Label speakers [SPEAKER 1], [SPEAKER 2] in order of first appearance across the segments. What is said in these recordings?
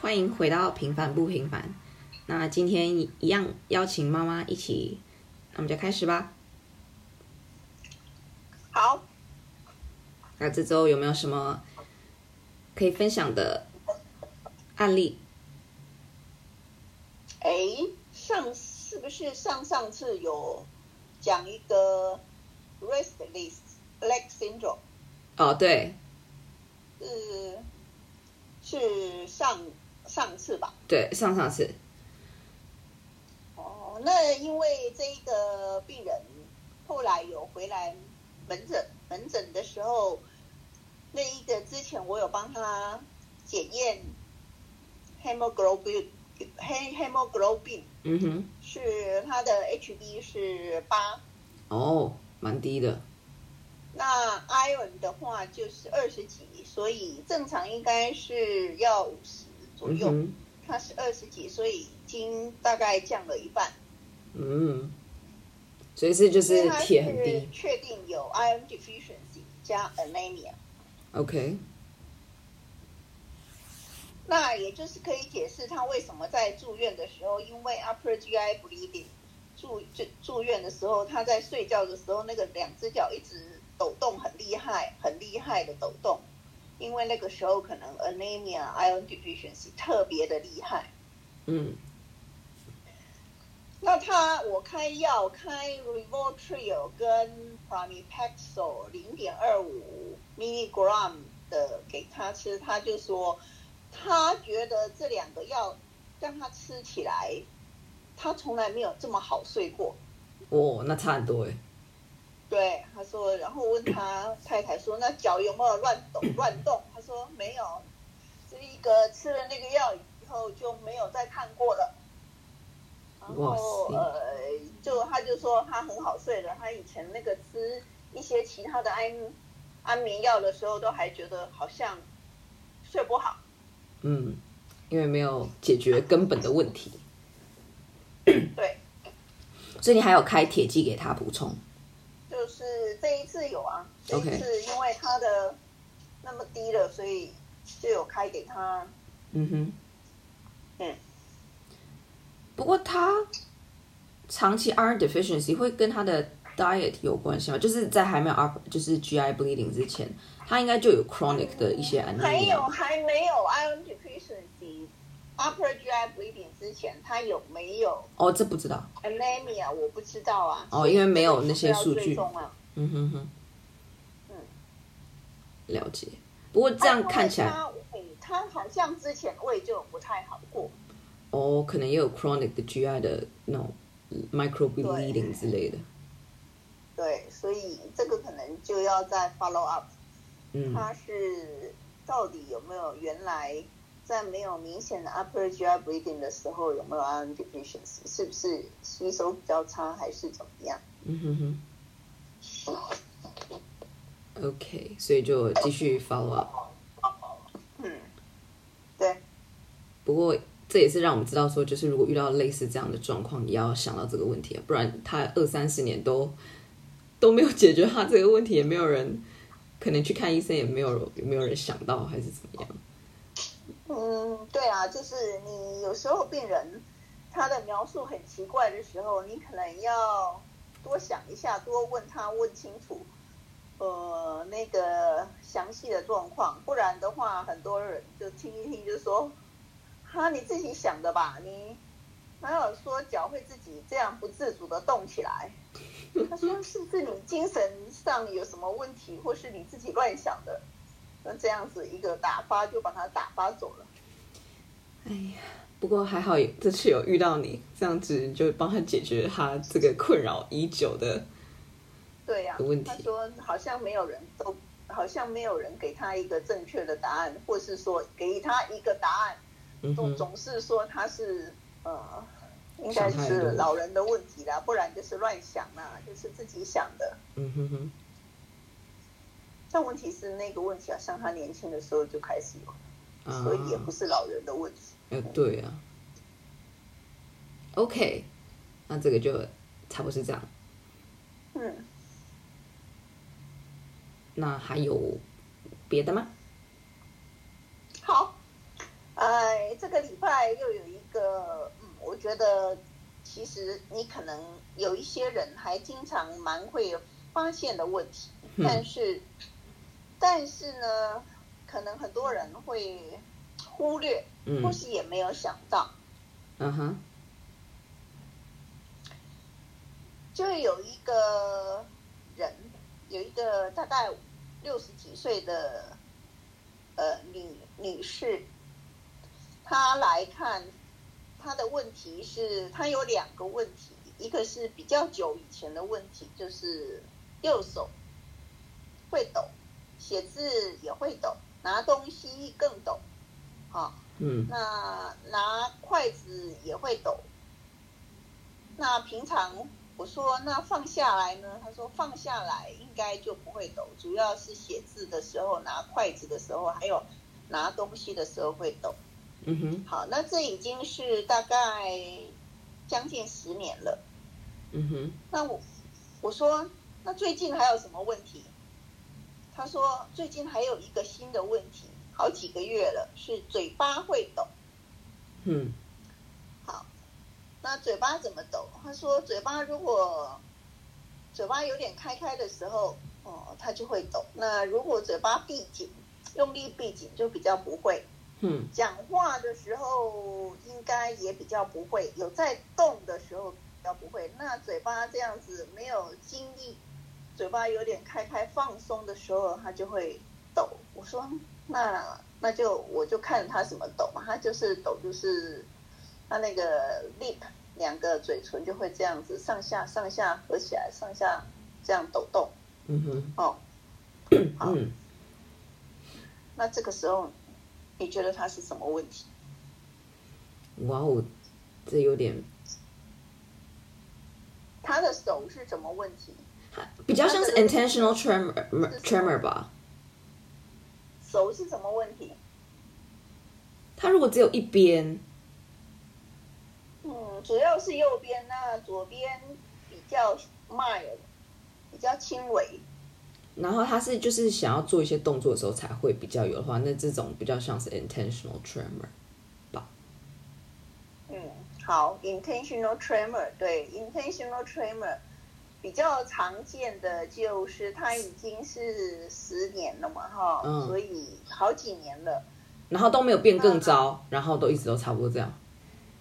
[SPEAKER 1] 欢迎回到平凡不平凡。那今天一样邀请妈妈一起，那我们就开始吧。
[SPEAKER 2] 好，
[SPEAKER 1] 那这周有没有什么可以分享的案例？
[SPEAKER 2] 哎，上是不是上上次有讲一个 restless leg syndrome
[SPEAKER 1] 哦，对
[SPEAKER 2] 是是上上次吧？
[SPEAKER 1] 对，上上次，
[SPEAKER 2] 哦，那因为这一个病人后来有回来门诊，门诊的时候，那一个之前我有帮他检验 hemoglobin he- hemoglobin
[SPEAKER 1] 嗯哼，
[SPEAKER 2] 是他的 HB 是八，
[SPEAKER 1] 哦，蛮低的，
[SPEAKER 2] 那 iron 的话就是二十几，所以正常应该是要五十左
[SPEAKER 1] 嗯
[SPEAKER 2] 右，
[SPEAKER 1] 哼，
[SPEAKER 2] 他是二十几，所以已经大概降了一半。
[SPEAKER 1] 嗯，所以是就是
[SPEAKER 2] 它
[SPEAKER 1] 铁很低
[SPEAKER 2] 确定有 iron deficiency 加 anemia，
[SPEAKER 1] ，OK，
[SPEAKER 2] 那也就是可以解释他为什么在住院的时候，因为 upper GI bleeding 住住住院的时候，他在睡觉的时候那个两只脚一直抖动很厉害，很厉害的抖动，因为那个时候可能 anemia iron deficiency 特别的厉害。
[SPEAKER 1] 嗯
[SPEAKER 2] 那他我开药开 Revotril 跟 Pramipexol 零点二五 milligram 的给他吃，他就说他觉得这两个药让他吃起来，他从来没有这么好睡过。
[SPEAKER 1] 哦，那差很多哎，
[SPEAKER 2] 对，他说，然后问他太太说，那脚有没有乱抖乱动？他说没有，这一个吃了那个药以后就没有再看过了。然
[SPEAKER 1] 哇
[SPEAKER 2] 后
[SPEAKER 1] 塞
[SPEAKER 2] 呃，就他就说他很好睡了，他以前那个吃一些其他的安安眠药的时候，都还觉得好像睡不好。
[SPEAKER 1] 嗯，因为没有解决根本的问题，
[SPEAKER 2] 对，
[SPEAKER 1] 所以你还有开铁剂给他补充，
[SPEAKER 2] 就是这一次有啊，这一
[SPEAKER 1] OK
[SPEAKER 2] 次因为他的那么低了，所以就有开给他
[SPEAKER 1] 嗯哼，
[SPEAKER 2] 嗯。
[SPEAKER 1] 不过他长期 iron deficiency 会跟他的 diet 有关系吗？就是在还没有 up 就是 GI bleeding 之前，他应该就有 chronic 的一些
[SPEAKER 2] 还有
[SPEAKER 1] anemia。
[SPEAKER 2] 还没有 iron deficiency upper GI bleeding 之前，他有没有
[SPEAKER 1] 哦，这不知道。
[SPEAKER 2] anemia 我不知道啊。
[SPEAKER 1] 哦因为没有那些数据
[SPEAKER 2] 所以这个需要追踪啊。
[SPEAKER 1] 嗯哼哼，
[SPEAKER 2] 嗯
[SPEAKER 1] 了解。不过这样哎看起来，
[SPEAKER 2] 他胃他好像之前胃就不太好过。
[SPEAKER 1] 哦，可能也有 chronic 的 GI 的那种 micro bleeding 之类的。
[SPEAKER 2] 对，所以这个可能就要再 follow up，
[SPEAKER 1] 嗯，
[SPEAKER 2] 他是到底有没有原来在没有明显的 upper GI bleeding 的时候有没有 iron deficiency，是不是吸收比较差还是怎么样？
[SPEAKER 1] 嗯哼哼。OK，所以就继续 follow up。
[SPEAKER 2] 嗯，对。
[SPEAKER 1] 不过这也是让我们知道说，就是如果遇到类似这样的状况，也要想到这个问题，不然他二三十年都都没有解决他这个问题，也没有人可能去看医生，也没有也没有人想到还是怎么样。
[SPEAKER 2] 嗯，对啊，就是你有时候病人他的描述很奇怪的时候，你可能要多想一下，多问他问清楚，呃，那个详细的状况，不然的话，很多人就听一听就说，哈，你自己想的吧，你哪有说脚会自己这样不自主的动起来？ 他说是不是你精神上有什么问题，或是你自己乱想的？那这样子一个打发就把他打发走了。
[SPEAKER 1] 哎呀，不过还好有这次有遇到你，这样子就帮他解决他这个困扰已久的。
[SPEAKER 2] 对呀、
[SPEAKER 1] 的问题
[SPEAKER 2] 他说好像没有人都，好像没有人给他一个正确的答案，或是说给他一个答案，
[SPEAKER 1] 嗯
[SPEAKER 2] 总
[SPEAKER 1] 哼，
[SPEAKER 2] 总是说他是呃，应
[SPEAKER 1] 想
[SPEAKER 2] 该
[SPEAKER 1] 太多
[SPEAKER 2] 是老人的问题啦，不然就是乱想啦，就是自己想的。
[SPEAKER 1] 嗯哼哼。
[SPEAKER 2] 但问题是那个问题啊，像他年轻的时候就开始有，
[SPEAKER 1] 啊
[SPEAKER 2] 所以也不是老人的问题。
[SPEAKER 1] 呃，对啊。OK，那这个就差不多是这样。
[SPEAKER 2] 嗯，
[SPEAKER 1] 那还有别的吗？
[SPEAKER 2] 好，哎，这个礼拜又有一个，嗯，我觉得其实你可能有一些人还经常蛮会发现的问题，
[SPEAKER 1] 嗯
[SPEAKER 2] 但是，但是呢，可能很多人会忽略，
[SPEAKER 1] 嗯
[SPEAKER 2] 或是也没有想到，
[SPEAKER 1] 嗯哼，
[SPEAKER 2] 就有一个人，有一个大概六十几岁的呃女女士，她来看她的问题是，她有两个问题，一个是比较久以前的问题，就是右手会抖，写字也会抖，拿东西更抖，啊，
[SPEAKER 1] 嗯
[SPEAKER 2] 那拿筷子也会抖。那平常我说那放下来呢，他说放下来应该就不会抖，主要是写字的时候、拿筷子的时候，还有拿东西的时候会抖。
[SPEAKER 1] 嗯哼，
[SPEAKER 2] 好，那这已经是大概将近十年了。
[SPEAKER 1] 嗯哼，
[SPEAKER 2] 那我我说那最近还有什么问题？他说最近还有一个新的问题，好几个月了，是嘴巴会抖。
[SPEAKER 1] 嗯
[SPEAKER 2] 好，那嘴巴怎么抖？他说嘴巴如果嘴巴有点开开的时候，哦，他就会抖。那如果嘴巴闭紧，用力闭紧就比较不会。
[SPEAKER 1] 嗯
[SPEAKER 2] 讲话的时候应该也比较不会，有在动的时候比较不会。那嘴巴这样子没有精力，嘴巴有点开开放松的时候，它就会抖。我说那那就我就看它怎么抖嘛，它就是抖就是它那个 lip 两个嘴唇就会这样子上下上下合起来，上下这样抖动
[SPEAKER 1] 嗯哼，
[SPEAKER 2] 哦。好，
[SPEAKER 1] 嗯，
[SPEAKER 2] 那这个时候你觉得它是什么问题？
[SPEAKER 1] 哇哦，这有点
[SPEAKER 2] 他的手是什么问题？
[SPEAKER 1] 比较像是 intentional tremor 嗯 tremor 吧。
[SPEAKER 2] 手是什么问题？
[SPEAKER 1] 它如果只有一边，
[SPEAKER 2] 嗯，主要是右边，那左边比较 mild，比较轻微。
[SPEAKER 1] 然后它是就是想要做一些动作的时候才会比较有的话，那这种比较像是 intentional tremor。
[SPEAKER 2] 嗯，好，intentional tremor，对，intentional tremor 比较常见的就是它已经是十年了嘛，哈、
[SPEAKER 1] 嗯
[SPEAKER 2] 所以好几年了，
[SPEAKER 1] 然后都没有变
[SPEAKER 2] 嗯
[SPEAKER 1] 更糟，然后都一直都差不多这样。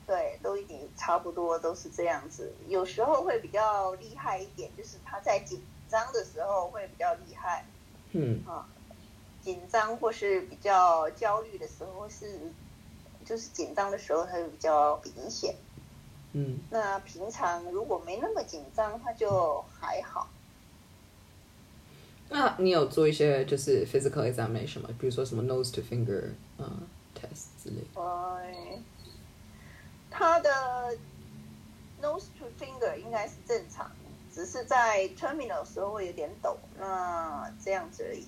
[SPEAKER 2] 对，都已经差不多都是这样子。有时候会比较厉害一点，就是他在紧张的时候会比较厉害。
[SPEAKER 1] 嗯
[SPEAKER 2] 紧张或是比较焦虑的时候，或是就是紧张的时候，它会比较明显。
[SPEAKER 1] 嗯
[SPEAKER 2] 那平常如果没那么紧张，它就还好。
[SPEAKER 1] 那你有做一些就是 physical examination 吗？比如说什么 nose to finger 呃 test 之类的。
[SPEAKER 2] 呃，它的 nose to finger 应该是正常，只是在 terminal 的时候会有点抖，那这样子而已。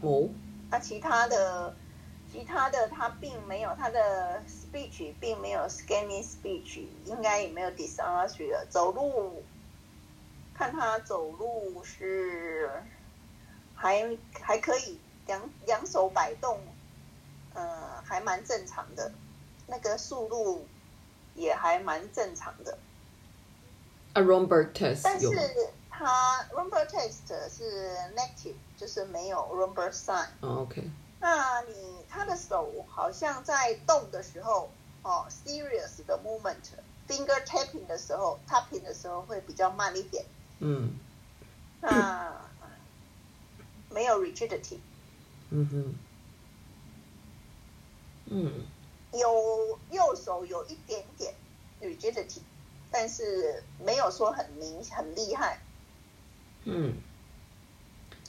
[SPEAKER 1] 哦，
[SPEAKER 2] 那其他的，其他的他并没有他的 speech 并没有 scanning speech，应该也没有 dysarthria。走路，看他走路是还还可以，两两手摆动，呃，还蛮正常的。那个速度也还蛮正常的，
[SPEAKER 1] 啊 Romberg
[SPEAKER 2] 但
[SPEAKER 1] test
[SPEAKER 2] 是
[SPEAKER 1] 有吗？
[SPEAKER 2] 他 rumble test 是 negative，就是没有 rumble sign。
[SPEAKER 1] 哦，OK，
[SPEAKER 2] 那你他的手好像在动的时候，哦，serious 的 movement，finger tapping 的时候，tapping 的时候会比较慢一点。
[SPEAKER 1] 嗯
[SPEAKER 2] 那没有 rigidity，
[SPEAKER 1] 嗯哼，嗯
[SPEAKER 2] 有右手有一点点 rigidity，但是没有说很明很厉害。
[SPEAKER 1] 嗯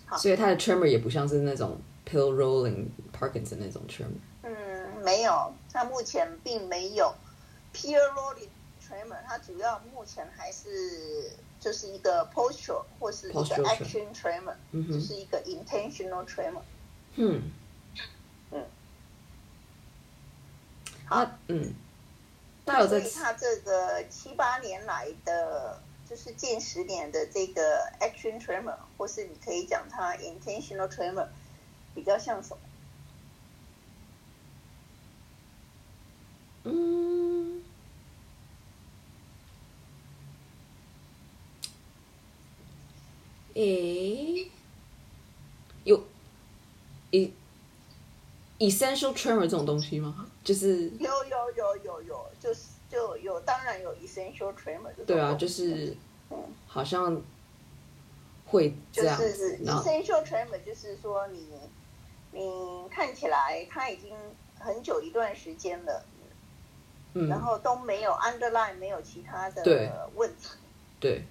[SPEAKER 2] 好，
[SPEAKER 1] 所以他的 tremor 也不像是那种 pill rolling Parkinson 那种 tremor。
[SPEAKER 2] 嗯，没有，他目前并没有 peer rolling tremor，它主要目前还是就是一个 posture 或是一个
[SPEAKER 1] Postural
[SPEAKER 2] action tremor，
[SPEAKER 1] 嗯
[SPEAKER 2] 就
[SPEAKER 1] 哼，
[SPEAKER 2] 是一个 intentional tremor。
[SPEAKER 1] 嗯
[SPEAKER 2] 嗯，好
[SPEAKER 1] 那嗯，他有
[SPEAKER 2] 所
[SPEAKER 1] 在
[SPEAKER 2] 以他这个七八年来的，就是近十年的这个 action tremor，或是你可以讲它 intentional tremor，比较像什么？
[SPEAKER 1] 嗯，诶，有，e essential tremor 这种东西吗？就是
[SPEAKER 2] 有有有有有，就是就有，当然有 essential tremor 这种
[SPEAKER 1] 对啊，
[SPEAKER 2] 东西
[SPEAKER 1] 就是
[SPEAKER 2] 嗯
[SPEAKER 1] 好像会
[SPEAKER 2] 就
[SPEAKER 1] 这样
[SPEAKER 2] 是
[SPEAKER 1] 子，然后
[SPEAKER 2] essential tremor，就是说你你看起来他已经很久一段时间了，然
[SPEAKER 1] 嗯，
[SPEAKER 2] 后都没有 underline 没有其他
[SPEAKER 1] 对
[SPEAKER 2] 的问题，
[SPEAKER 1] 对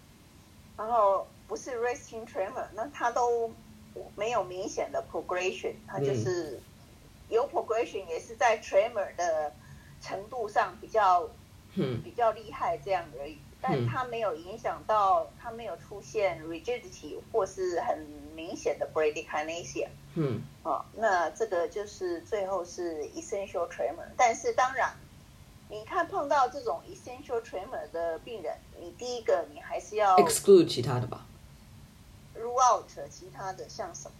[SPEAKER 2] 然后不是 resting tremor，那它都没有明显的 progression，它
[SPEAKER 1] 嗯
[SPEAKER 2] 就是有 progression 也是在 tremor 的程度上比较
[SPEAKER 1] 嗯
[SPEAKER 2] 比较厉害这样而已，但
[SPEAKER 1] 嗯
[SPEAKER 2] 它没有影响到，它没有出现 rigidity 或是很明显的 bradykinesia
[SPEAKER 1] 嗯
[SPEAKER 2] 哦，那这个就是最后是 essential tremor，但是当然，你看碰到这种 essential tremor 的病人，你第一个你还是要
[SPEAKER 1] ，exclude 其他的吧
[SPEAKER 2] rule out 其他的像什么，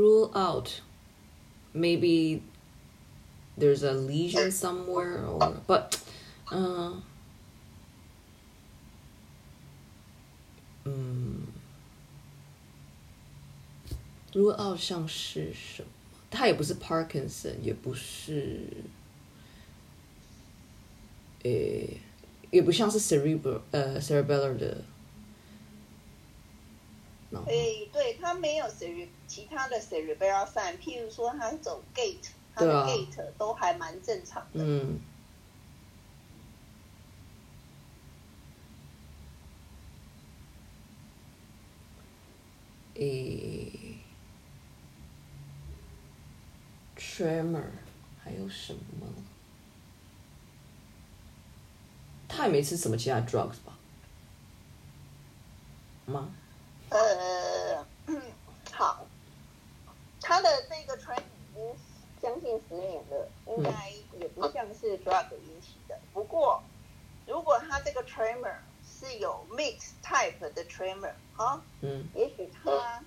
[SPEAKER 1] ，rule out maybe there's a lesion somewhere or but uh, 嗯、嗯，rule out 像是什么？它也不是 Parkinson，也不是，诶、也不像是 cerebral 呃 cerebellar 的，脑
[SPEAKER 2] 所以对他没有 cere 其他的 cerebral sign，譬如说他走 gate，他的
[SPEAKER 1] 对啊
[SPEAKER 2] gate 都还蛮正常的，
[SPEAKER 1] 嗯，诶，tremor 还有什么？他也没吃什么其他 drugs 吧？吗？
[SPEAKER 2] 呃，嗯好，他的这个 trend 已经将近十年了，应该也不像是 drug 引起的。不过，如果他这个 tremor 是有 mixed type 的 tremor 啊，
[SPEAKER 1] 嗯
[SPEAKER 2] 也许他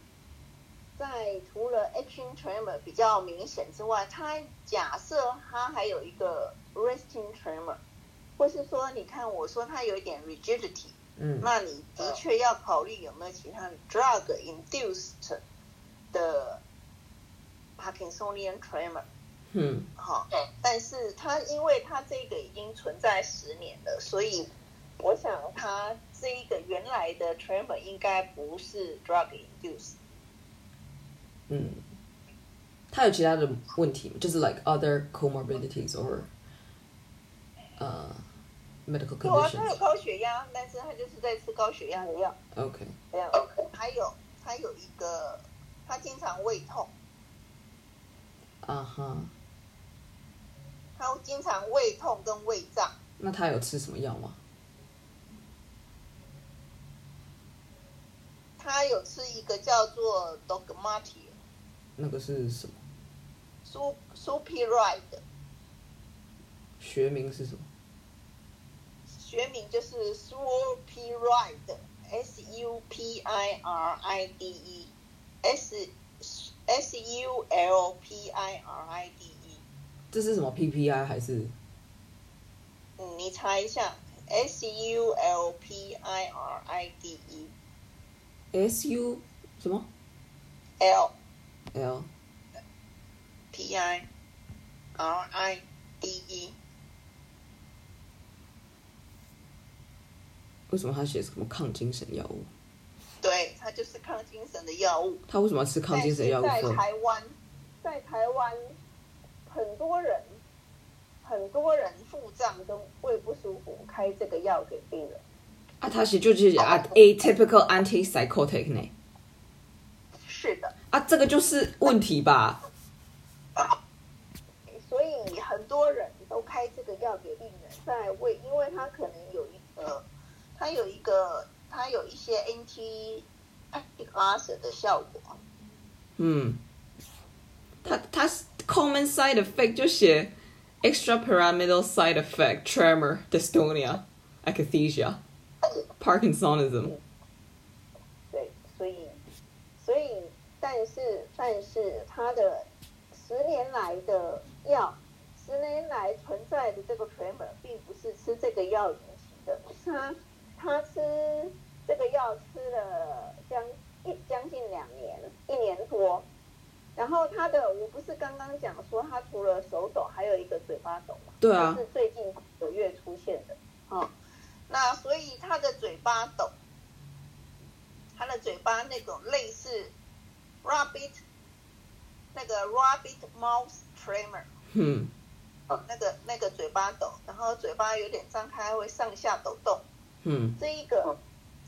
[SPEAKER 2] 在除了 action tremor 比较明显之外，他假设他还有一个 resting tremor，或是说，你看我说他有一点 rigidity。
[SPEAKER 1] 嗯
[SPEAKER 2] 那你的确要考虑有没有其他 drug induced 的 Parkinsonian tremor
[SPEAKER 1] 嗯
[SPEAKER 2] 哈。但是它因为它这个已经存在十年了，所以我想它这一个原来的 tremor 应该不是 drug induced。
[SPEAKER 1] 嗯，他有其他的问题吗？就是 like other comorbidities or 呃、medical
[SPEAKER 2] 有啊，他有
[SPEAKER 1] conditions？
[SPEAKER 2] 高血压，但是他就是在吃高血压的药。
[SPEAKER 1] OK，
[SPEAKER 2] 这样，还有他有一个，他经常胃痛，
[SPEAKER 1] 啊哈，
[SPEAKER 2] 他经常胃痛跟胃胀。
[SPEAKER 1] 那他有吃什么药吗？
[SPEAKER 2] 他有吃一个叫做 Dogmati
[SPEAKER 1] 那个是什么？
[SPEAKER 2] 苏苏皮 ride，
[SPEAKER 1] 学名是什么？
[SPEAKER 2] 学名就是苏皮 ride，S U P I R I D E，S S U L P I R I D E，
[SPEAKER 1] 这是什么 PPI 还是
[SPEAKER 2] 嗯，你查一下，S U L P I R I D E， E，L
[SPEAKER 1] SU 什么 L
[SPEAKER 2] P I R I D E，
[SPEAKER 1] 为什么他写什么抗精神药物？
[SPEAKER 2] 对，它就是抗精神的药物。
[SPEAKER 1] 他为什么要吃抗精神药物
[SPEAKER 2] 但是在
[SPEAKER 1] for？
[SPEAKER 2] 台湾，在台湾，很多人很多人腹胀跟胃不舒服，开这个药给病人。
[SPEAKER 1] 啊，他写就是写啊 atypical antipsychotic 呢？
[SPEAKER 2] 是的，
[SPEAKER 1] 啊，这个就是问题吧？
[SPEAKER 2] 所以很多人都开这个药给病人，在胃，因为他可能有一个，他有一个，他有一些 NT。acid 的效果，
[SPEAKER 1] 嗯，他他 common side effect 就写 extrapyramidal side effect tremor dystonia akathisia parkinsonism。
[SPEAKER 2] 对，所以，所以，但是，但是，他的十年来的药十年来存在的这个垂门，并不是吃这个药引起的，他他吃这个药吃了将一将近两年，一年多。然后他的，我不是刚刚讲说他除了手抖，还有一个嘴巴抖嘛？
[SPEAKER 1] 对啊
[SPEAKER 2] 这是最近九月出现的。哦，那所以他的嘴巴抖，他的嘴巴那种类似 rabbit 那个 rabbit mouth tremor，
[SPEAKER 1] 嗯，
[SPEAKER 2] 哦，那个那个嘴巴抖，然后嘴巴有点张开，会上下抖动。
[SPEAKER 1] 嗯，
[SPEAKER 2] 这一个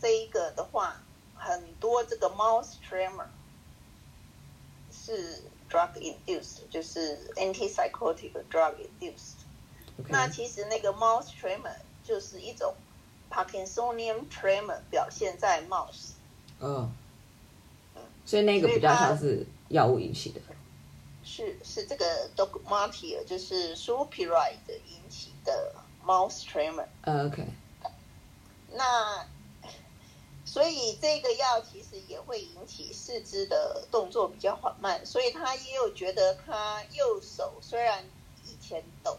[SPEAKER 2] 这一个的话，很多这个 mouse tremor 是 drug induced，就是 antipsychotic drug induced。
[SPEAKER 1] OK
[SPEAKER 2] 那其实那个 mouse tremor 就是一种 Parkinsonian tremor 表现在 mouse。
[SPEAKER 1] 哦，所以那个比较像是药物引起的。
[SPEAKER 2] 是是这个 dog martyr 就是 supiride 引起的 mouse tremor。
[SPEAKER 1] 呃，OK，
[SPEAKER 2] 那所以这个药其实也会引起四肢的动作比较缓慢，所以他也有觉得他右手虽然以前抖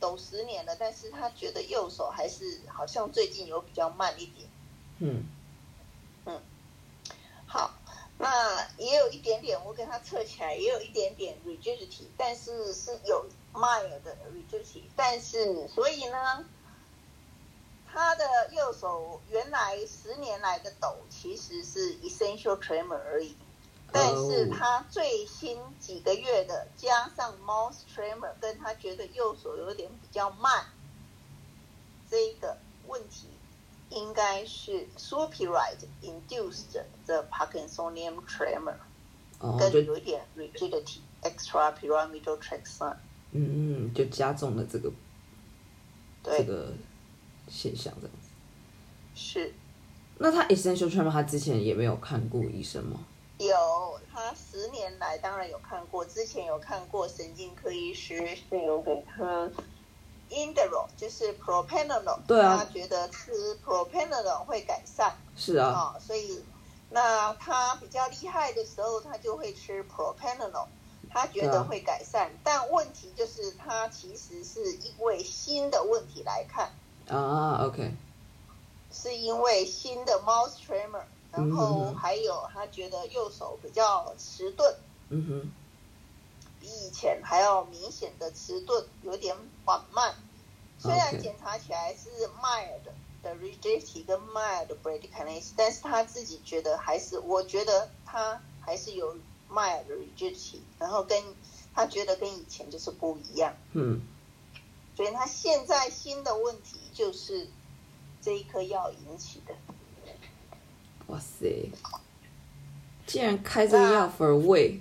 [SPEAKER 2] 抖十年了，但是他觉得右手还是好像最近有比较慢一点。
[SPEAKER 1] 嗯
[SPEAKER 2] 好，那也有一点点，我给他测起来也有一点点 rigidity，但是是有 mild 的 rigidity，但是所以呢，他的右手原来十年来的抖其实是 essential tremor 而已，但是他最新几个月的加上 mouse tremor，跟他觉得右手有点比较慢，这一个问题应该是 supiride induced the Parkinsonian tremor，、
[SPEAKER 1] 哦，就
[SPEAKER 2] 跟有一点 rigidity extra pyramidal tract sign。
[SPEAKER 1] 嗯嗯，就加重了这个这
[SPEAKER 2] 对，
[SPEAKER 1] 个现象这样子。
[SPEAKER 2] 是
[SPEAKER 1] 那他 essential tremor 他之前也没有看过医生吗？
[SPEAKER 2] 有他十年来当然有看过，之前有看过神经科医师是有给他 Inderol 就是 propranolol，
[SPEAKER 1] 对啊
[SPEAKER 2] 他觉得吃 propranolol 会改善。
[SPEAKER 1] 是啊，
[SPEAKER 2] 哦，所以那他比较厉害的时候，他就会吃 propranolol，他觉
[SPEAKER 1] 对
[SPEAKER 2] 得
[SPEAKER 1] 啊
[SPEAKER 2] 会改善。但问题就是，他其实是因为新的问题来看，
[SPEAKER 1] 啊，OK，
[SPEAKER 2] 是因为新的 mouse tremor，然后
[SPEAKER 1] 嗯
[SPEAKER 2] 还有他觉得右手比较迟钝，
[SPEAKER 1] 嗯哼，
[SPEAKER 2] 比以前还要明显的迟钝，有点缓慢。虽然
[SPEAKER 1] OK
[SPEAKER 2] 检查起来是 mild 的 rigidity 跟 mild bradykinase，但是他自己觉得还是，我觉得他还是有 mild rigidity，然后跟他觉得跟以前就是不一样，
[SPEAKER 1] 嗯
[SPEAKER 2] 所以他现在新的问题就是这一颗药引起的。
[SPEAKER 1] 哇塞，竟然开这个药 for胃，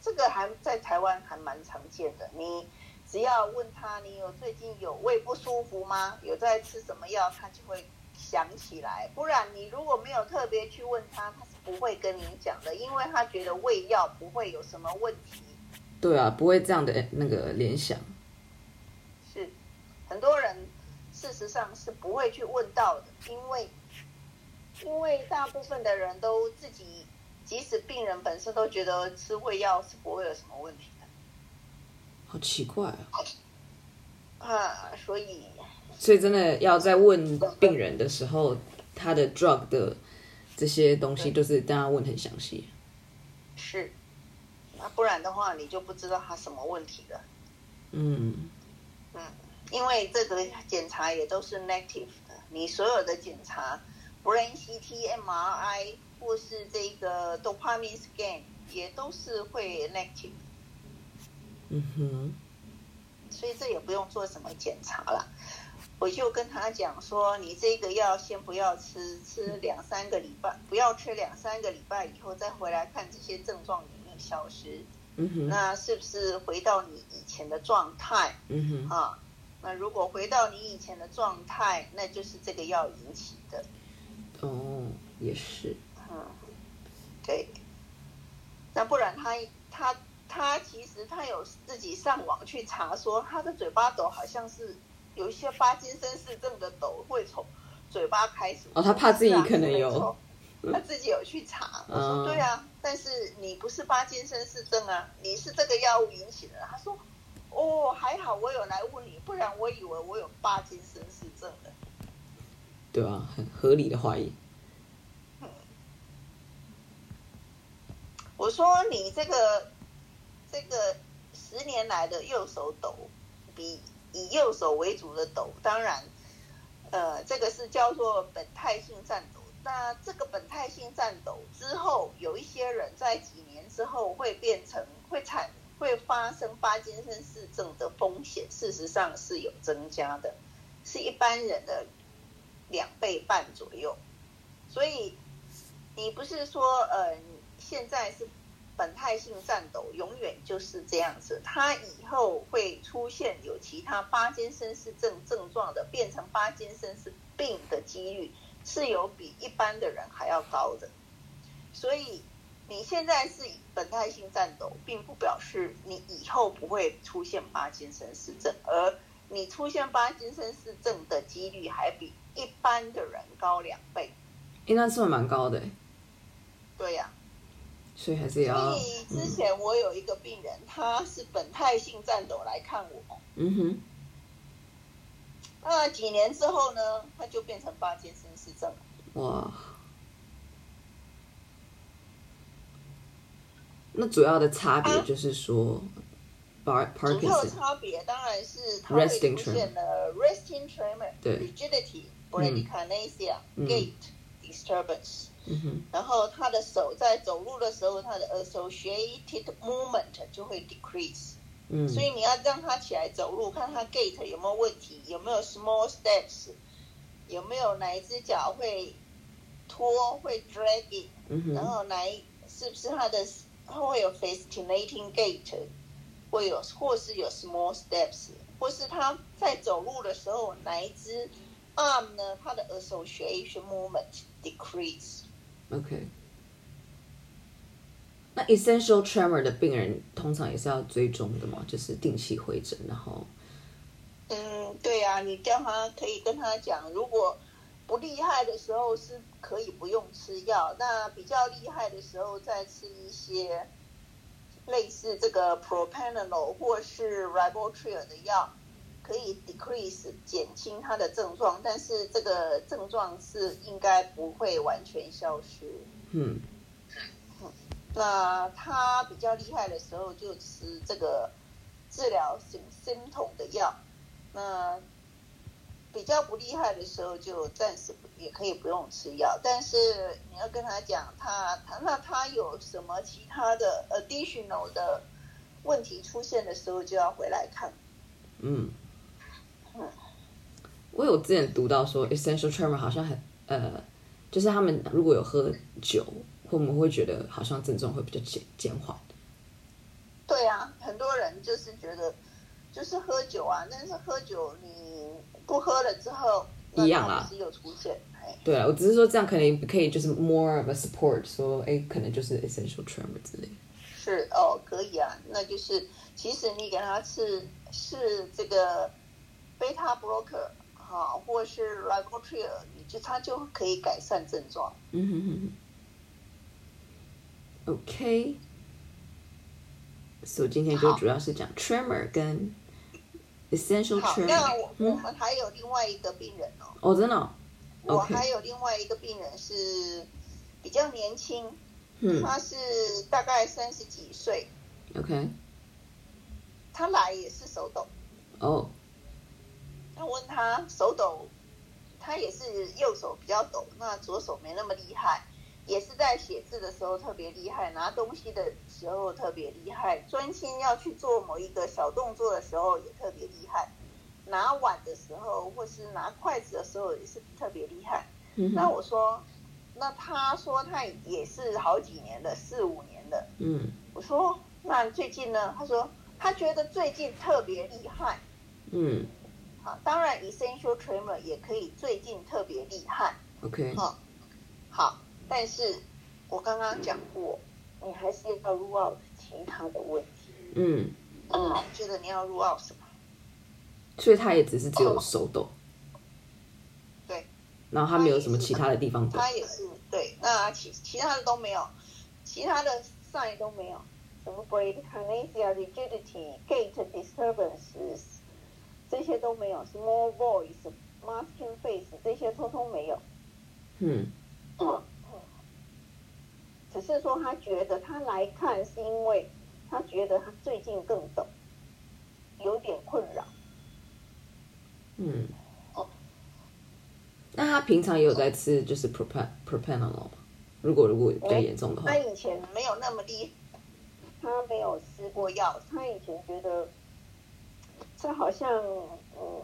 [SPEAKER 2] 这个还在台湾还蛮常见的。你只要问他，你有最近有胃不舒服吗？有在吃什么药，他就会想起来。不然你如果没有特别去问他，他是不会跟你讲的，因为他觉得胃药不会有什么问题。
[SPEAKER 1] 对啊，不会这样的那个联想，
[SPEAKER 2] 是很多人事实上是不会去问到的，因为因为大部分的人都自己，即使病人本身都觉得吃胃药是不会有什么问题的
[SPEAKER 1] 好奇怪啊。
[SPEAKER 2] 啊，所以
[SPEAKER 1] 所以真的要在问病人的时候，他的 drug 的这些东西，就是大家问很详细。
[SPEAKER 2] 是，那不然的话你就不知道他什么问题了，
[SPEAKER 1] 嗯，
[SPEAKER 2] 因为这个检查也都是 negative 的，你所有的检查，brain E CT、MRI 或是这个 dopamine scan 也都是会 negative，
[SPEAKER 1] 嗯哼，
[SPEAKER 2] 所以这也不用做什么检查了。我就跟他讲说，你这个药先不要吃，吃两三个礼拜，不要吃两三个礼拜以后再回来看这些症状有没有消失，
[SPEAKER 1] 嗯哼，
[SPEAKER 2] 那是不是回到你以前的状态？
[SPEAKER 1] 嗯哼，
[SPEAKER 2] 啊，那如果回到你以前的状态，那就是这个药引起的。
[SPEAKER 1] 哦，也是，
[SPEAKER 2] 嗯，对。那不然他他他其实他有自己上网去查说，他的嘴巴抖好像是有一些巴金森氏症的抖会从嘴巴开始。
[SPEAKER 1] 哦他怕自己可能有
[SPEAKER 2] 是啊。是没错他自己有去查，我说
[SPEAKER 1] 嗯
[SPEAKER 2] 对啊，但是你不是巴金森氏症啊，你是这个药物引起的。他说哦，还好我有来问你，不然我以为我有帕金森氏症了。
[SPEAKER 1] 对啊，很合理的怀疑。
[SPEAKER 2] 我说你这个这个十年来的右手抖，比以右手为主的抖，当然，呃，这个是叫做本态性颤抖。那这个本态性颤抖之后，有一些人在几年之后会变成会产会发生帕金森氏症的风险，事实上是有增加的，是一般人的两倍半左右。所以你不是说呃现在是本态性颤抖，永远就是这样子，它以后会出现有其他帕金森氏症症状的，变成帕金森氏病的几率是有比一般的人还要高的。所以你现在是本态性颤抖，并不表示你以后不会出现帕金森氏症，而你出现帕金森氏症的几率还比一般的人高两倍。
[SPEAKER 1] 诶，那算蛮高的诶，
[SPEAKER 2] 对呀、
[SPEAKER 1] 所以还是要
[SPEAKER 2] 所以之
[SPEAKER 1] 嗯
[SPEAKER 2] 前我有一个病人，他是本态性颤抖来看我，
[SPEAKER 1] 嗯哼，
[SPEAKER 2] 那几年之后呢，他就变成帕金森氏症了。
[SPEAKER 1] 哇。那主要的差别就是说，Par
[SPEAKER 2] 啊主要的
[SPEAKER 1] Parkinson
[SPEAKER 2] 差别当然是它会
[SPEAKER 1] Resting
[SPEAKER 2] 出现了 resting tremor、
[SPEAKER 1] 对
[SPEAKER 2] rigidity、bradykinesia、
[SPEAKER 1] 嗯
[SPEAKER 2] gait disturbance，
[SPEAKER 1] 嗯哼，
[SPEAKER 2] 然后他的手在走路的时候，他的 associated movement 就会 decrease。
[SPEAKER 1] 嗯，
[SPEAKER 2] 所以你要让他起来走路，看他 gait 有没有问题，有没有 small steps，有没有哪一只脚会拖会 dragging，、
[SPEAKER 1] 嗯
[SPEAKER 2] 然
[SPEAKER 1] 哼，
[SPEAKER 2] 后哪一是不是他的会有 fascinating gait，会有或是有 small steps，或是他在走路的时候哪一只 arm 呢？他的 association movement decrease。
[SPEAKER 1] OK。那 essential tremor 的病人通常也是要追踪的嘛，就是定期回诊，然后
[SPEAKER 2] 嗯，对呀、啊，你叫他可以跟他讲，如果不厉害的时候是可以不用吃药，那比较厉害的时候再吃一些类似这个 propanol 或是 ribotril 的药，可以 decrease 减轻他的症状，但是这个症状是应该不会完全消失。嗯
[SPEAKER 1] 嗯
[SPEAKER 2] 那他比较厉害的时候就吃这个治疗 sym symptom 的药，那比较不厉害的时候就暂时不也可以不用吃药，但是你要跟他讲他他那他有什么其他的 additional 的问题出现的时候就要回来看。
[SPEAKER 1] 嗯。我有之前读到说，essential tremor 好像很呃，就是他们如果有喝酒，我们会觉得好像症状会比较减减缓。
[SPEAKER 2] 对啊，很多人就是觉得就是喝酒啊，但是喝酒你不喝了之后，那
[SPEAKER 1] 一样
[SPEAKER 2] 它
[SPEAKER 1] 啊
[SPEAKER 2] 还是有出现。哎
[SPEAKER 1] 对啊，我只是说这样可能可以就是 more of a support，说哎，可能就是 essential tremor 之类的。
[SPEAKER 2] 是哦，可以啊，那就是其实你给他吃是这个贝塔 blocker 哈、或是 ribotril，你就他就可以改善症状。
[SPEAKER 1] 嗯哼哼哼。OK，所、so, 今天就
[SPEAKER 2] 好
[SPEAKER 1] 主要是讲 tremor 跟 essential
[SPEAKER 2] 好，那
[SPEAKER 1] tremor。
[SPEAKER 2] 我我们还有另外一个病人哦，
[SPEAKER 1] 哦，真的、哦，
[SPEAKER 2] 我
[SPEAKER 1] OK
[SPEAKER 2] 还有另外一个病人是比较年轻，
[SPEAKER 1] 嗯
[SPEAKER 2] 他是大概三十几岁，
[SPEAKER 1] ，OK，
[SPEAKER 2] 他来也是手抖，
[SPEAKER 1] 哦，
[SPEAKER 2] 那问他手抖，他也是右手比较抖，那左手没那么厉害，也是在写字的时候特别厉害，拿东西的时候特别厉害，专心要去做某一个小动作的时候也特别厉害，拿碗的时候或是拿筷子的时候也是特别厉害。
[SPEAKER 1] 嗯
[SPEAKER 2] 那
[SPEAKER 1] 哼，
[SPEAKER 2] 我说，那他说他也是好几年了，四五年了。
[SPEAKER 1] 嗯
[SPEAKER 2] 我说，那最近呢？他说他觉得最近特别厉害。
[SPEAKER 1] 嗯
[SPEAKER 2] 好，啊当然 essential tremor 也可以最近特别厉害，
[SPEAKER 1] ，OK，
[SPEAKER 2] 哈、好，但是我刚刚讲过，你还是要 rule out 其他的问题。
[SPEAKER 1] 嗯，
[SPEAKER 2] 嗯，你觉得你要 rule out 什么？
[SPEAKER 1] 所以他也只是只有手抖，
[SPEAKER 2] 哦对，
[SPEAKER 1] 然后他没有什么其他的地方抖。
[SPEAKER 2] 他也是对，那其其他的都没有，其他的 sign 都没有， avoid kinesia rigidity, gait disturbances，这些都没有，small voice、masking face 这些通通没有。
[SPEAKER 1] 嗯
[SPEAKER 2] 只是说他觉得他来看是因为他觉得他最近更懂，有点困扰。
[SPEAKER 1] 嗯。
[SPEAKER 2] 哦
[SPEAKER 1] 那他平常也有在吃就是 propan propanolol 吗？如果如果比较严重的话
[SPEAKER 2] 他，以前没有那么厉害，他没有吃过药，他以前觉得这好像嗯，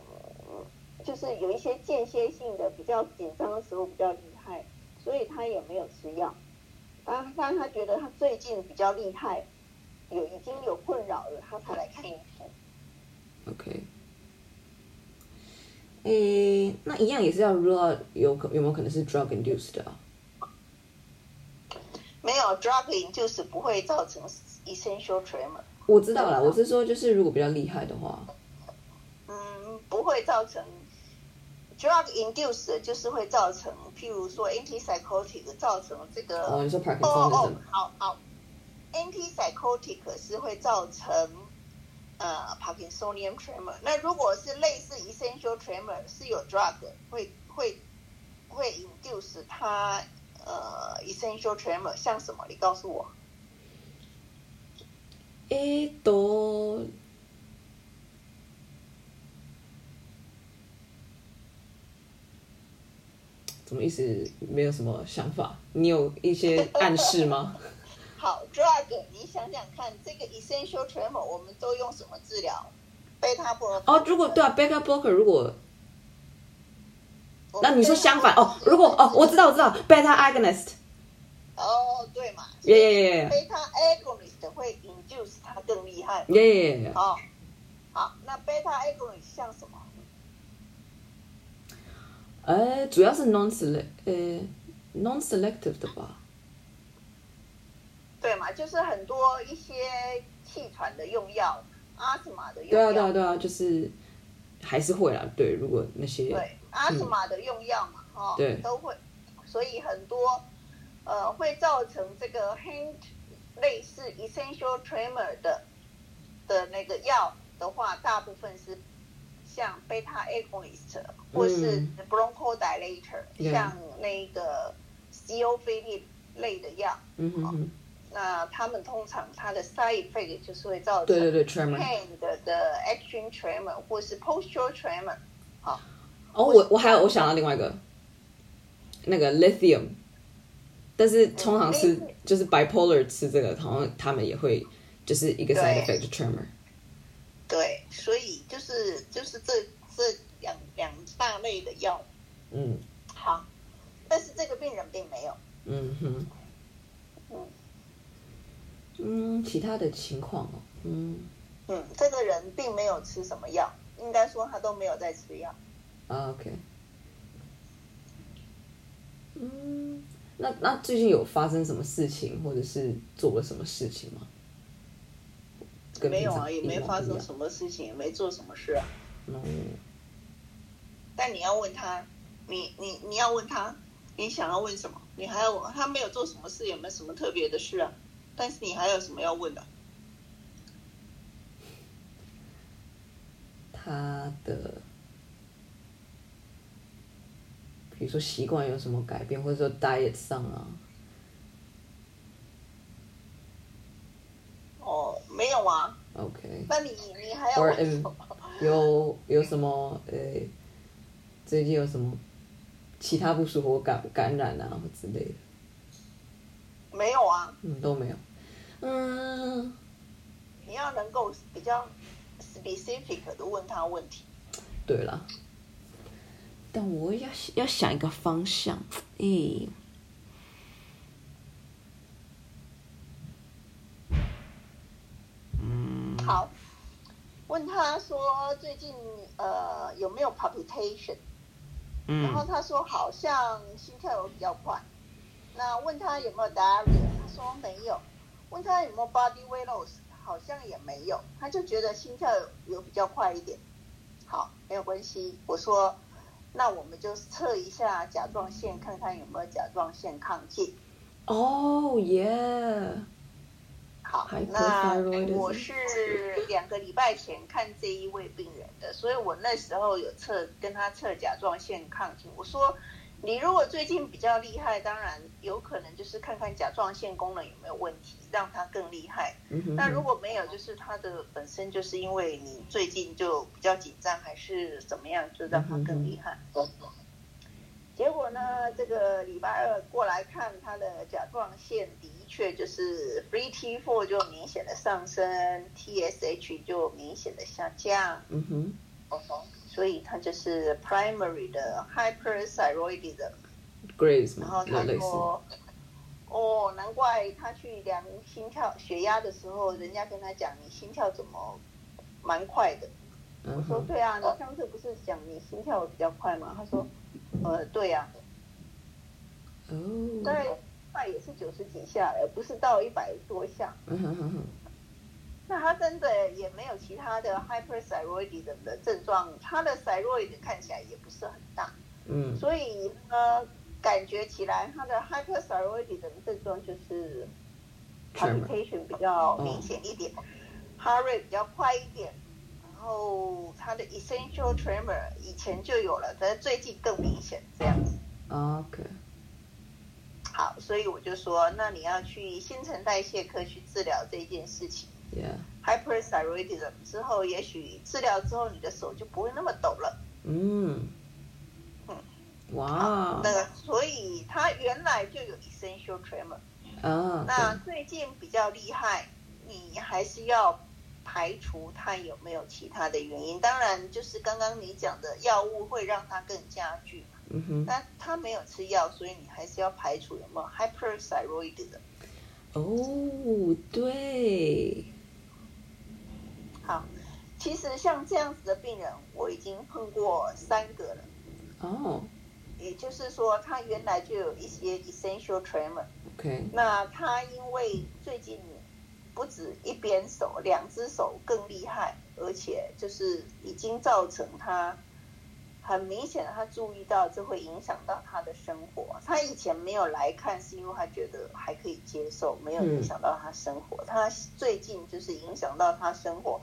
[SPEAKER 2] 就是有一些间歇性的比较紧张的时候比较厉害，所以他也没有吃药。啊，但他觉得他最近比较厉害，有已经有困扰了，他才来看医生。
[SPEAKER 1] OK，诶，嗯那一样也是要 rule out 有可有没有可能是 drug induced 的、啊？
[SPEAKER 2] 没有 drugging 就是不会造成 essential tremor，
[SPEAKER 1] 我知道了，我是说就是如果比较厉害的话，
[SPEAKER 2] 嗯，不会造成 drug induced 就是会造成，譬如说 antipsychotic 造成这个
[SPEAKER 1] 哦，你说
[SPEAKER 2] 哦哦
[SPEAKER 1] Parkinsonism，，
[SPEAKER 2] 好好，antipsychotic 是会造成呃 Parkinsonian tremor。那如果是类似 essential tremor，是有 drug 会会会 induce 它呃 essential tremor，像什么？你告诉我。
[SPEAKER 1] 诶、都怎么意思？没有什么想法，你有一些暗示吗？
[SPEAKER 2] 好，drug，你想想看，这个 essential tremor 我们都用什么治疗？贝塔波
[SPEAKER 1] 哦，如果对啊，beta blocker 如果
[SPEAKER 2] 我们
[SPEAKER 1] 那你说
[SPEAKER 2] 贝塔
[SPEAKER 1] 相反哦，如果哦，我知道我知道，beta agonist，
[SPEAKER 2] 哦，对嘛，
[SPEAKER 1] 耶耶耶耶
[SPEAKER 2] 贝塔 agonist 会 induce 它更厉害。
[SPEAKER 1] 耶耶耶，
[SPEAKER 2] 哦，好，那 beta agonist 像什么？
[SPEAKER 1] 呃，主要是 non select 呃 non selective 的吧？
[SPEAKER 2] 对嘛，就是很多一些气喘的用药、阿斯玛的用
[SPEAKER 1] 对
[SPEAKER 2] 药，
[SPEAKER 1] 啊对啊对啊，就是还是会啦，对，如果那些
[SPEAKER 2] 对阿斯玛的用药嘛，哈、
[SPEAKER 1] 嗯对
[SPEAKER 2] 都会，所以很多呃会造成这个 hand 类似 essential tremor 的的那个药的话，大部分是像 beta agonist 或是
[SPEAKER 1] 嗯
[SPEAKER 2] bronchodilator，、
[SPEAKER 1] Yeah
[SPEAKER 2] 像那个 c o p d 类的药，
[SPEAKER 1] 嗯哼哼，
[SPEAKER 2] 那他们通常它的 side effect 就是会造成
[SPEAKER 1] 对对对，tremor。
[SPEAKER 2] hand 的的 action tremor 或是 posture tremor。
[SPEAKER 1] 哦，我我还有我想到另外一个，那个 lithium，但是通常吃
[SPEAKER 2] 嗯
[SPEAKER 1] 就是 bipolar 吃这个，好像他们也会就是一个 side
[SPEAKER 2] 对
[SPEAKER 1] effect 就 tremor。
[SPEAKER 2] 对，所以就是就是这这两两大类的药
[SPEAKER 1] 嗯
[SPEAKER 2] 好，但是这个病人并没有。
[SPEAKER 1] 嗯哼
[SPEAKER 2] 嗯，
[SPEAKER 1] 嗯，其他的情况哦，嗯
[SPEAKER 2] 嗯，这个人并没有吃什么药，应该说他都没有在吃药。
[SPEAKER 1] 啊 OK，嗯，那那最近有发生什么事情，或者是做了什么事情吗？跟
[SPEAKER 2] 没
[SPEAKER 1] 平
[SPEAKER 2] 有
[SPEAKER 1] 常
[SPEAKER 2] 啊，也
[SPEAKER 1] 一
[SPEAKER 2] 没
[SPEAKER 1] 模
[SPEAKER 2] 发
[SPEAKER 1] 一
[SPEAKER 2] 生
[SPEAKER 1] 样
[SPEAKER 2] 什么事情，也没做什么事啊。
[SPEAKER 1] 嗯
[SPEAKER 2] 但你要问他，你你你要问他，你想要问什么？你还要问他没有做什么事，也没什么特别的事啊。但是你还有什么要问的？
[SPEAKER 1] 他的，比如说习惯有什么改变，或者说 diet 上啊，
[SPEAKER 2] 哦，没有啊。
[SPEAKER 1] ，OK，
[SPEAKER 2] 那你你还要
[SPEAKER 1] Or
[SPEAKER 2] 问什
[SPEAKER 1] in-
[SPEAKER 2] 么？
[SPEAKER 1] 有有什么呃，最近有什么其他不舒服或感感染啊或之类的，
[SPEAKER 2] 没有啊。
[SPEAKER 1] 嗯，都没有，嗯，
[SPEAKER 2] 你要能够比较 specific 的问他问题。
[SPEAKER 1] 对啦，但我要要想一个方向，哎诶、
[SPEAKER 2] 好，问他说最近呃有没有 palpitation，、然后
[SPEAKER 1] 嗯，
[SPEAKER 2] 他说好像心跳有比较快。那问他有没有 diarrhea，他说没有。问他有没有 body weight loss，好像也没有。他就觉得心跳有有比较快一点。好，没有关系。我说，那我们就测一下甲状腺，看
[SPEAKER 1] Oh,
[SPEAKER 2] 看有没有甲状腺亢进。
[SPEAKER 1] 哦耶，
[SPEAKER 2] 好
[SPEAKER 1] Hyperthyroidism
[SPEAKER 2] 那哎我是两个礼拜前看这一位病人的，所以我那时候有测跟他测甲状腺抗体。我说，你如果最近比较厉害，当然有可能就是看看甲状腺功能有没有问题，让它更厉害。
[SPEAKER 1] 嗯哼
[SPEAKER 2] 那如果没有，就是它的本身就是因为你最近就比较紧张，还是怎么样，就让它更厉害。结果呢，这个礼拜二过来看他的甲状腺，的确就是 free T4 就明显的上升，TSH 就明显的下降，
[SPEAKER 1] 嗯哼，
[SPEAKER 2] 所以它就是 primary 的 hyperthyroidism。
[SPEAKER 1] Graves
[SPEAKER 2] 然后
[SPEAKER 1] 嘛，嗯那
[SPEAKER 2] 他
[SPEAKER 1] 类似，
[SPEAKER 2] 说，哦，难怪他去量心跳血压的时候，人家跟他讲你心跳怎么蛮快的。我
[SPEAKER 1] 嗯
[SPEAKER 2] 说
[SPEAKER 1] 哼，
[SPEAKER 2] 对啊，你上次不是讲你心跳比较快吗？他说，呃，对呀、啊，大
[SPEAKER 1] 哦，
[SPEAKER 2] 概快也是九十几下，而不是到一百多下。
[SPEAKER 1] 嗯哼哼哼，
[SPEAKER 2] 那他真的也没有其他的 hyperthyroidism 的症状，他的 thyroid 看起来也不是很大。
[SPEAKER 1] 嗯
[SPEAKER 2] 所以呢，感觉起来他的 hyperthyroidism 症状就是
[SPEAKER 1] Tremor
[SPEAKER 2] palpitation 比较明显一点、h e a r t rate 比较快一点，然后他的 essential tremor 以前就有了，但是最近更明显这样子。
[SPEAKER 1] ，OK，
[SPEAKER 2] 好，所以我就说，那你要去新陈代谢科去治疗这件事情。
[SPEAKER 1] yeah，
[SPEAKER 2] hyperthyroidism 之后，也许治疗之后你的手就不会那么抖了。
[SPEAKER 1] 嗯
[SPEAKER 2] 嗯，
[SPEAKER 1] 哇，
[SPEAKER 2] 那所以他原来就有 essential tremor。
[SPEAKER 1] 啊，
[SPEAKER 2] 那
[SPEAKER 1] 对
[SPEAKER 2] 最近比较厉害，你还是要排除它有没有其他的原因。当然，就是刚刚你讲的药物会让它更加剧嘛。
[SPEAKER 1] 嗯哼。
[SPEAKER 2] 那他没有吃药，所以你还是要排除有没有 hyperthyroidism。
[SPEAKER 1] 哦，对，
[SPEAKER 2] 好，其实像这样子的病人，我已经碰过三个了。
[SPEAKER 1] 哦
[SPEAKER 2] 也就是说，他原来就有一些 essential tremor，
[SPEAKER 1] ，OK，
[SPEAKER 2] 那他因为最近不止一边手，两只手更厉害，而且就是已经造成他很明显，他注意到这会影响到他的生活。他以前没有来看，是因为他觉得还可以接受，没有影响到他生活。他最近就是影响到他生活，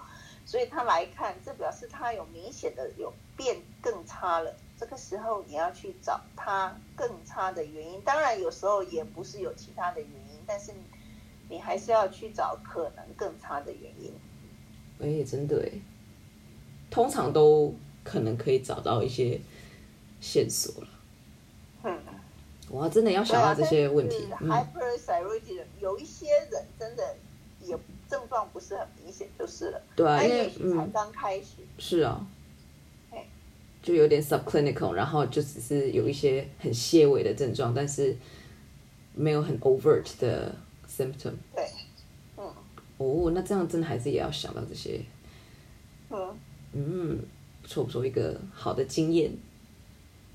[SPEAKER 2] 所以他来看，这表示他有明显的有变更差了。这个时候你要去找他更差的原因，当然有时候也不是有其他的原因，但是你还是要去找可能更差的原因。
[SPEAKER 1] 哎，真的哎，通常都可能可以找到一些线索了。
[SPEAKER 2] 嗯，
[SPEAKER 1] 哇，真的要想到
[SPEAKER 2] 啊
[SPEAKER 1] 这些问题，
[SPEAKER 2] h y
[SPEAKER 1] 嗯
[SPEAKER 2] p e r t h y r o i d i s 有一些人真的也症状不是很明显就是了，
[SPEAKER 1] 对啊，
[SPEAKER 2] 那
[SPEAKER 1] 因
[SPEAKER 2] 也
[SPEAKER 1] 为
[SPEAKER 2] 许才
[SPEAKER 1] 嗯，
[SPEAKER 2] 刚开始。
[SPEAKER 1] 是啊
[SPEAKER 2] 哎，
[SPEAKER 1] 就有点 subclinical，然后就只是有一些很些微的症状，但是没有很 overt 的 symptom。
[SPEAKER 2] 对，嗯
[SPEAKER 1] 哦，那这样真的还是也要想到这些，
[SPEAKER 2] 嗯，
[SPEAKER 1] 嗯，不错不错，一个好的经验，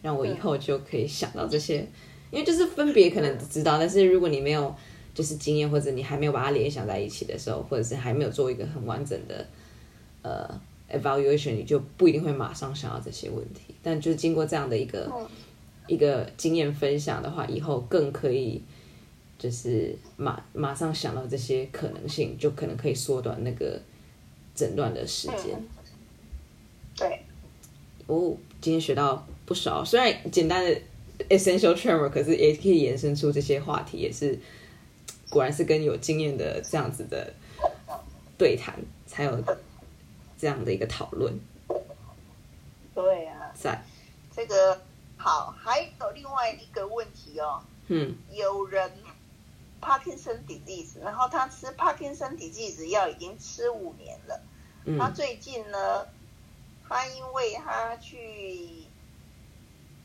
[SPEAKER 1] 让我以后就可以想到这些，因为就是分别可能知道，但是如果你没有就是经验，或者你还没有把它联想在一起的时候，或者是还没有做一个很完整的呃 evaluation，你就不一定会马上想到这些问题。但就是经过这样的一个、
[SPEAKER 2] 嗯
[SPEAKER 1] 一个经验分享的话，以后更可以。就是马马上想到这些可能性，就可能可以缩短那个诊断的时间。
[SPEAKER 2] 嗯对，
[SPEAKER 1] 哦，今天学到不少，虽然简单的 essential tremor，可是也可以延伸出这些话题，也是果然是跟有经验的这样子的对谈，才有这样的一个讨论
[SPEAKER 2] 对啊，
[SPEAKER 1] 在。
[SPEAKER 2] 这个好，还有另外一个问题哦，
[SPEAKER 1] 嗯，
[SPEAKER 2] 有人 Parkinson disease，然后他吃 Parkinson disease 药已经吃五年了。
[SPEAKER 1] 嗯
[SPEAKER 2] 他最近呢，他因为他去，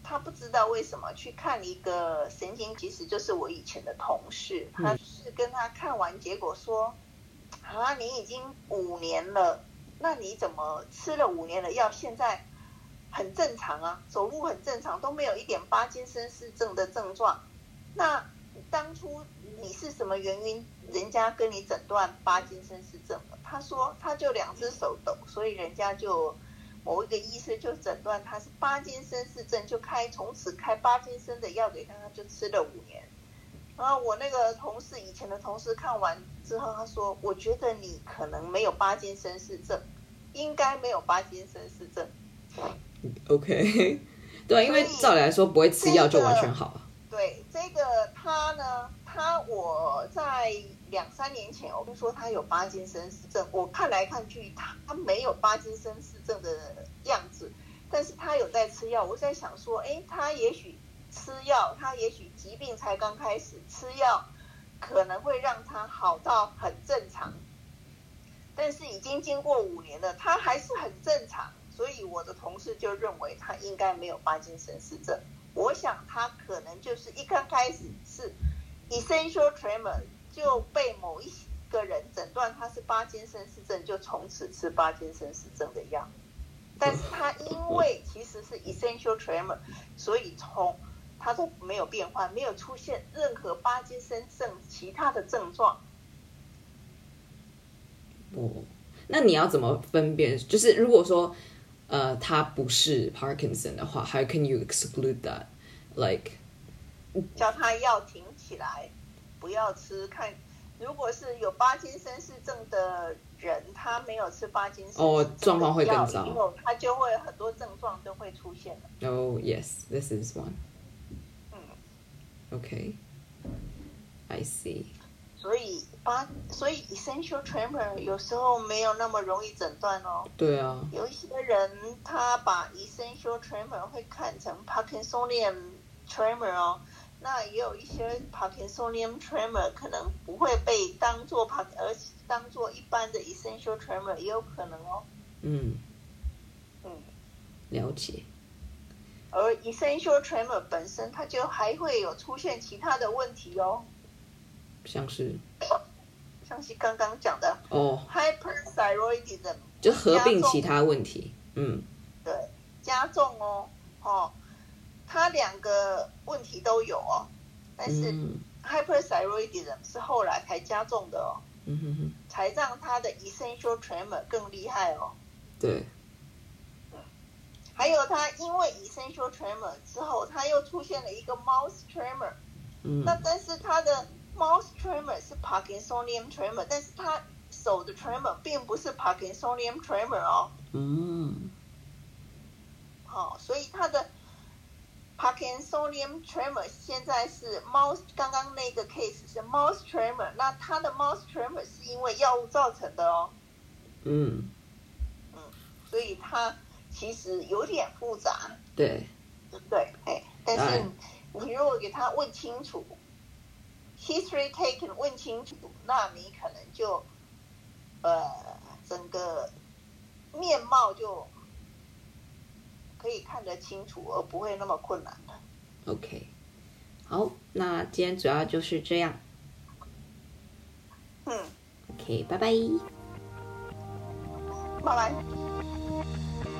[SPEAKER 2] 他不知道为什么去看一个神经，其实就是我以前的同事，
[SPEAKER 1] 嗯
[SPEAKER 2] 他是跟他看完，结果说，啊，你已经五年了，那你怎么吃了五年的药，现在很正常啊，走路很正常，都没有一点巴金森氏症的症状，那。当初你是什么原因，人家跟你诊断帕金森氏症了？他说他就两只手抖，所以人家就某一个医生就诊断他是帕金森氏症，就开从此开帕金森的药给他，他就吃了五年。然后我那个同事以前的同事看完之后，他说：“我觉得你可能没有巴金森氏症，应该没有巴金森氏症。
[SPEAKER 1] OK，对啊， 因为
[SPEAKER 2] 所以
[SPEAKER 1] 照理来说不会吃药就完全好啊。”
[SPEAKER 2] 对，这个他呢，他我在两三年前我跟你说他有巴金森氏症，我看来看去他没有巴金森氏症的样子，但是他有在吃药，我在想说，哎，他也许吃药，他也许疾病才刚开始，吃药可能会让他好到很正常，但是已经经过五年了，他还是很正常，所以我的同事就认为他应该没有帕金森氏症。我想他可能就是一刚开始是 essential tremor 就被某一个人诊断他是帕金森氏症，就从此吃帕金森氏症的药。但是他因为其实是 essential tremor，所以从他都没有变化，没有出现任何帕金森症其他的症状。
[SPEAKER 1] 哦，那你要怎么分辨？就是如果说呃他不是 Parkinson 的话，How can you exclude that? Like
[SPEAKER 2] 叫他要停起来，不要吃。看，如果是有巴金森氏症的人，他没有吃巴金森氏症的
[SPEAKER 1] 哦
[SPEAKER 2] 药
[SPEAKER 1] 状况会更糟
[SPEAKER 2] 以后他就会很多症状都会出现了。
[SPEAKER 1] Oh, yes, this is one.
[SPEAKER 2] 嗯，
[SPEAKER 1] Okay. I see.
[SPEAKER 2] 所以巴，所以 essential tremor 有时候没有那么容易诊断哦。
[SPEAKER 1] 对啊，
[SPEAKER 2] 有一些人他把 essential tremor 会看成 Parkinsonian tremor 哦，那也有一些 Parkinsonian tremor 可能不会被当做 Park 而当做一般的 essential tremor 也有可能哦，
[SPEAKER 1] 嗯，
[SPEAKER 2] 嗯，
[SPEAKER 1] 了解。
[SPEAKER 2] 而 essential tremor 本身它就还会有出现其他的问题哦，
[SPEAKER 1] 像是
[SPEAKER 2] 像是刚刚讲的
[SPEAKER 1] 哦，
[SPEAKER 2] hyperthyroidism
[SPEAKER 1] 就合并
[SPEAKER 2] 加重
[SPEAKER 1] 其他问题。嗯，
[SPEAKER 2] 对，加重哦，哦，它两个问题都有哦，但是
[SPEAKER 1] 嗯
[SPEAKER 2] hyperthyroidism 是后来才加重的哦，
[SPEAKER 1] 嗯哼哼，
[SPEAKER 2] 才让他的 essential tremor 更厉害哦。
[SPEAKER 1] 对，
[SPEAKER 2] 还有他因为 essential tremor 之后，他又出现了一个 mouse tremor，
[SPEAKER 1] 嗯
[SPEAKER 2] 那但是他的 mouse tremor 是 Parkinsonian tremor，但是他手的 tremor 并不是 Parkinsonian tremor 哦，
[SPEAKER 1] 嗯，
[SPEAKER 2] 好、所以他的 Parkinsonian tremor 现在是 mouse，刚刚那个 case 是 mouse tremor，那他的 mouse tremor 是因为药物造成的哦。
[SPEAKER 1] 嗯，
[SPEAKER 2] 所以它其实有点复杂，
[SPEAKER 1] 对，
[SPEAKER 2] 对不对？哎，但是
[SPEAKER 1] 哎
[SPEAKER 2] 你如果给他问清楚，history taken 问清楚，那你可能就呃整个面貌就可以看得清楚，而不会那么困难了。
[SPEAKER 1] OK，好，那今天主要就是这样。
[SPEAKER 2] 嗯，
[SPEAKER 1] OK，拜拜。
[SPEAKER 2] 拜拜。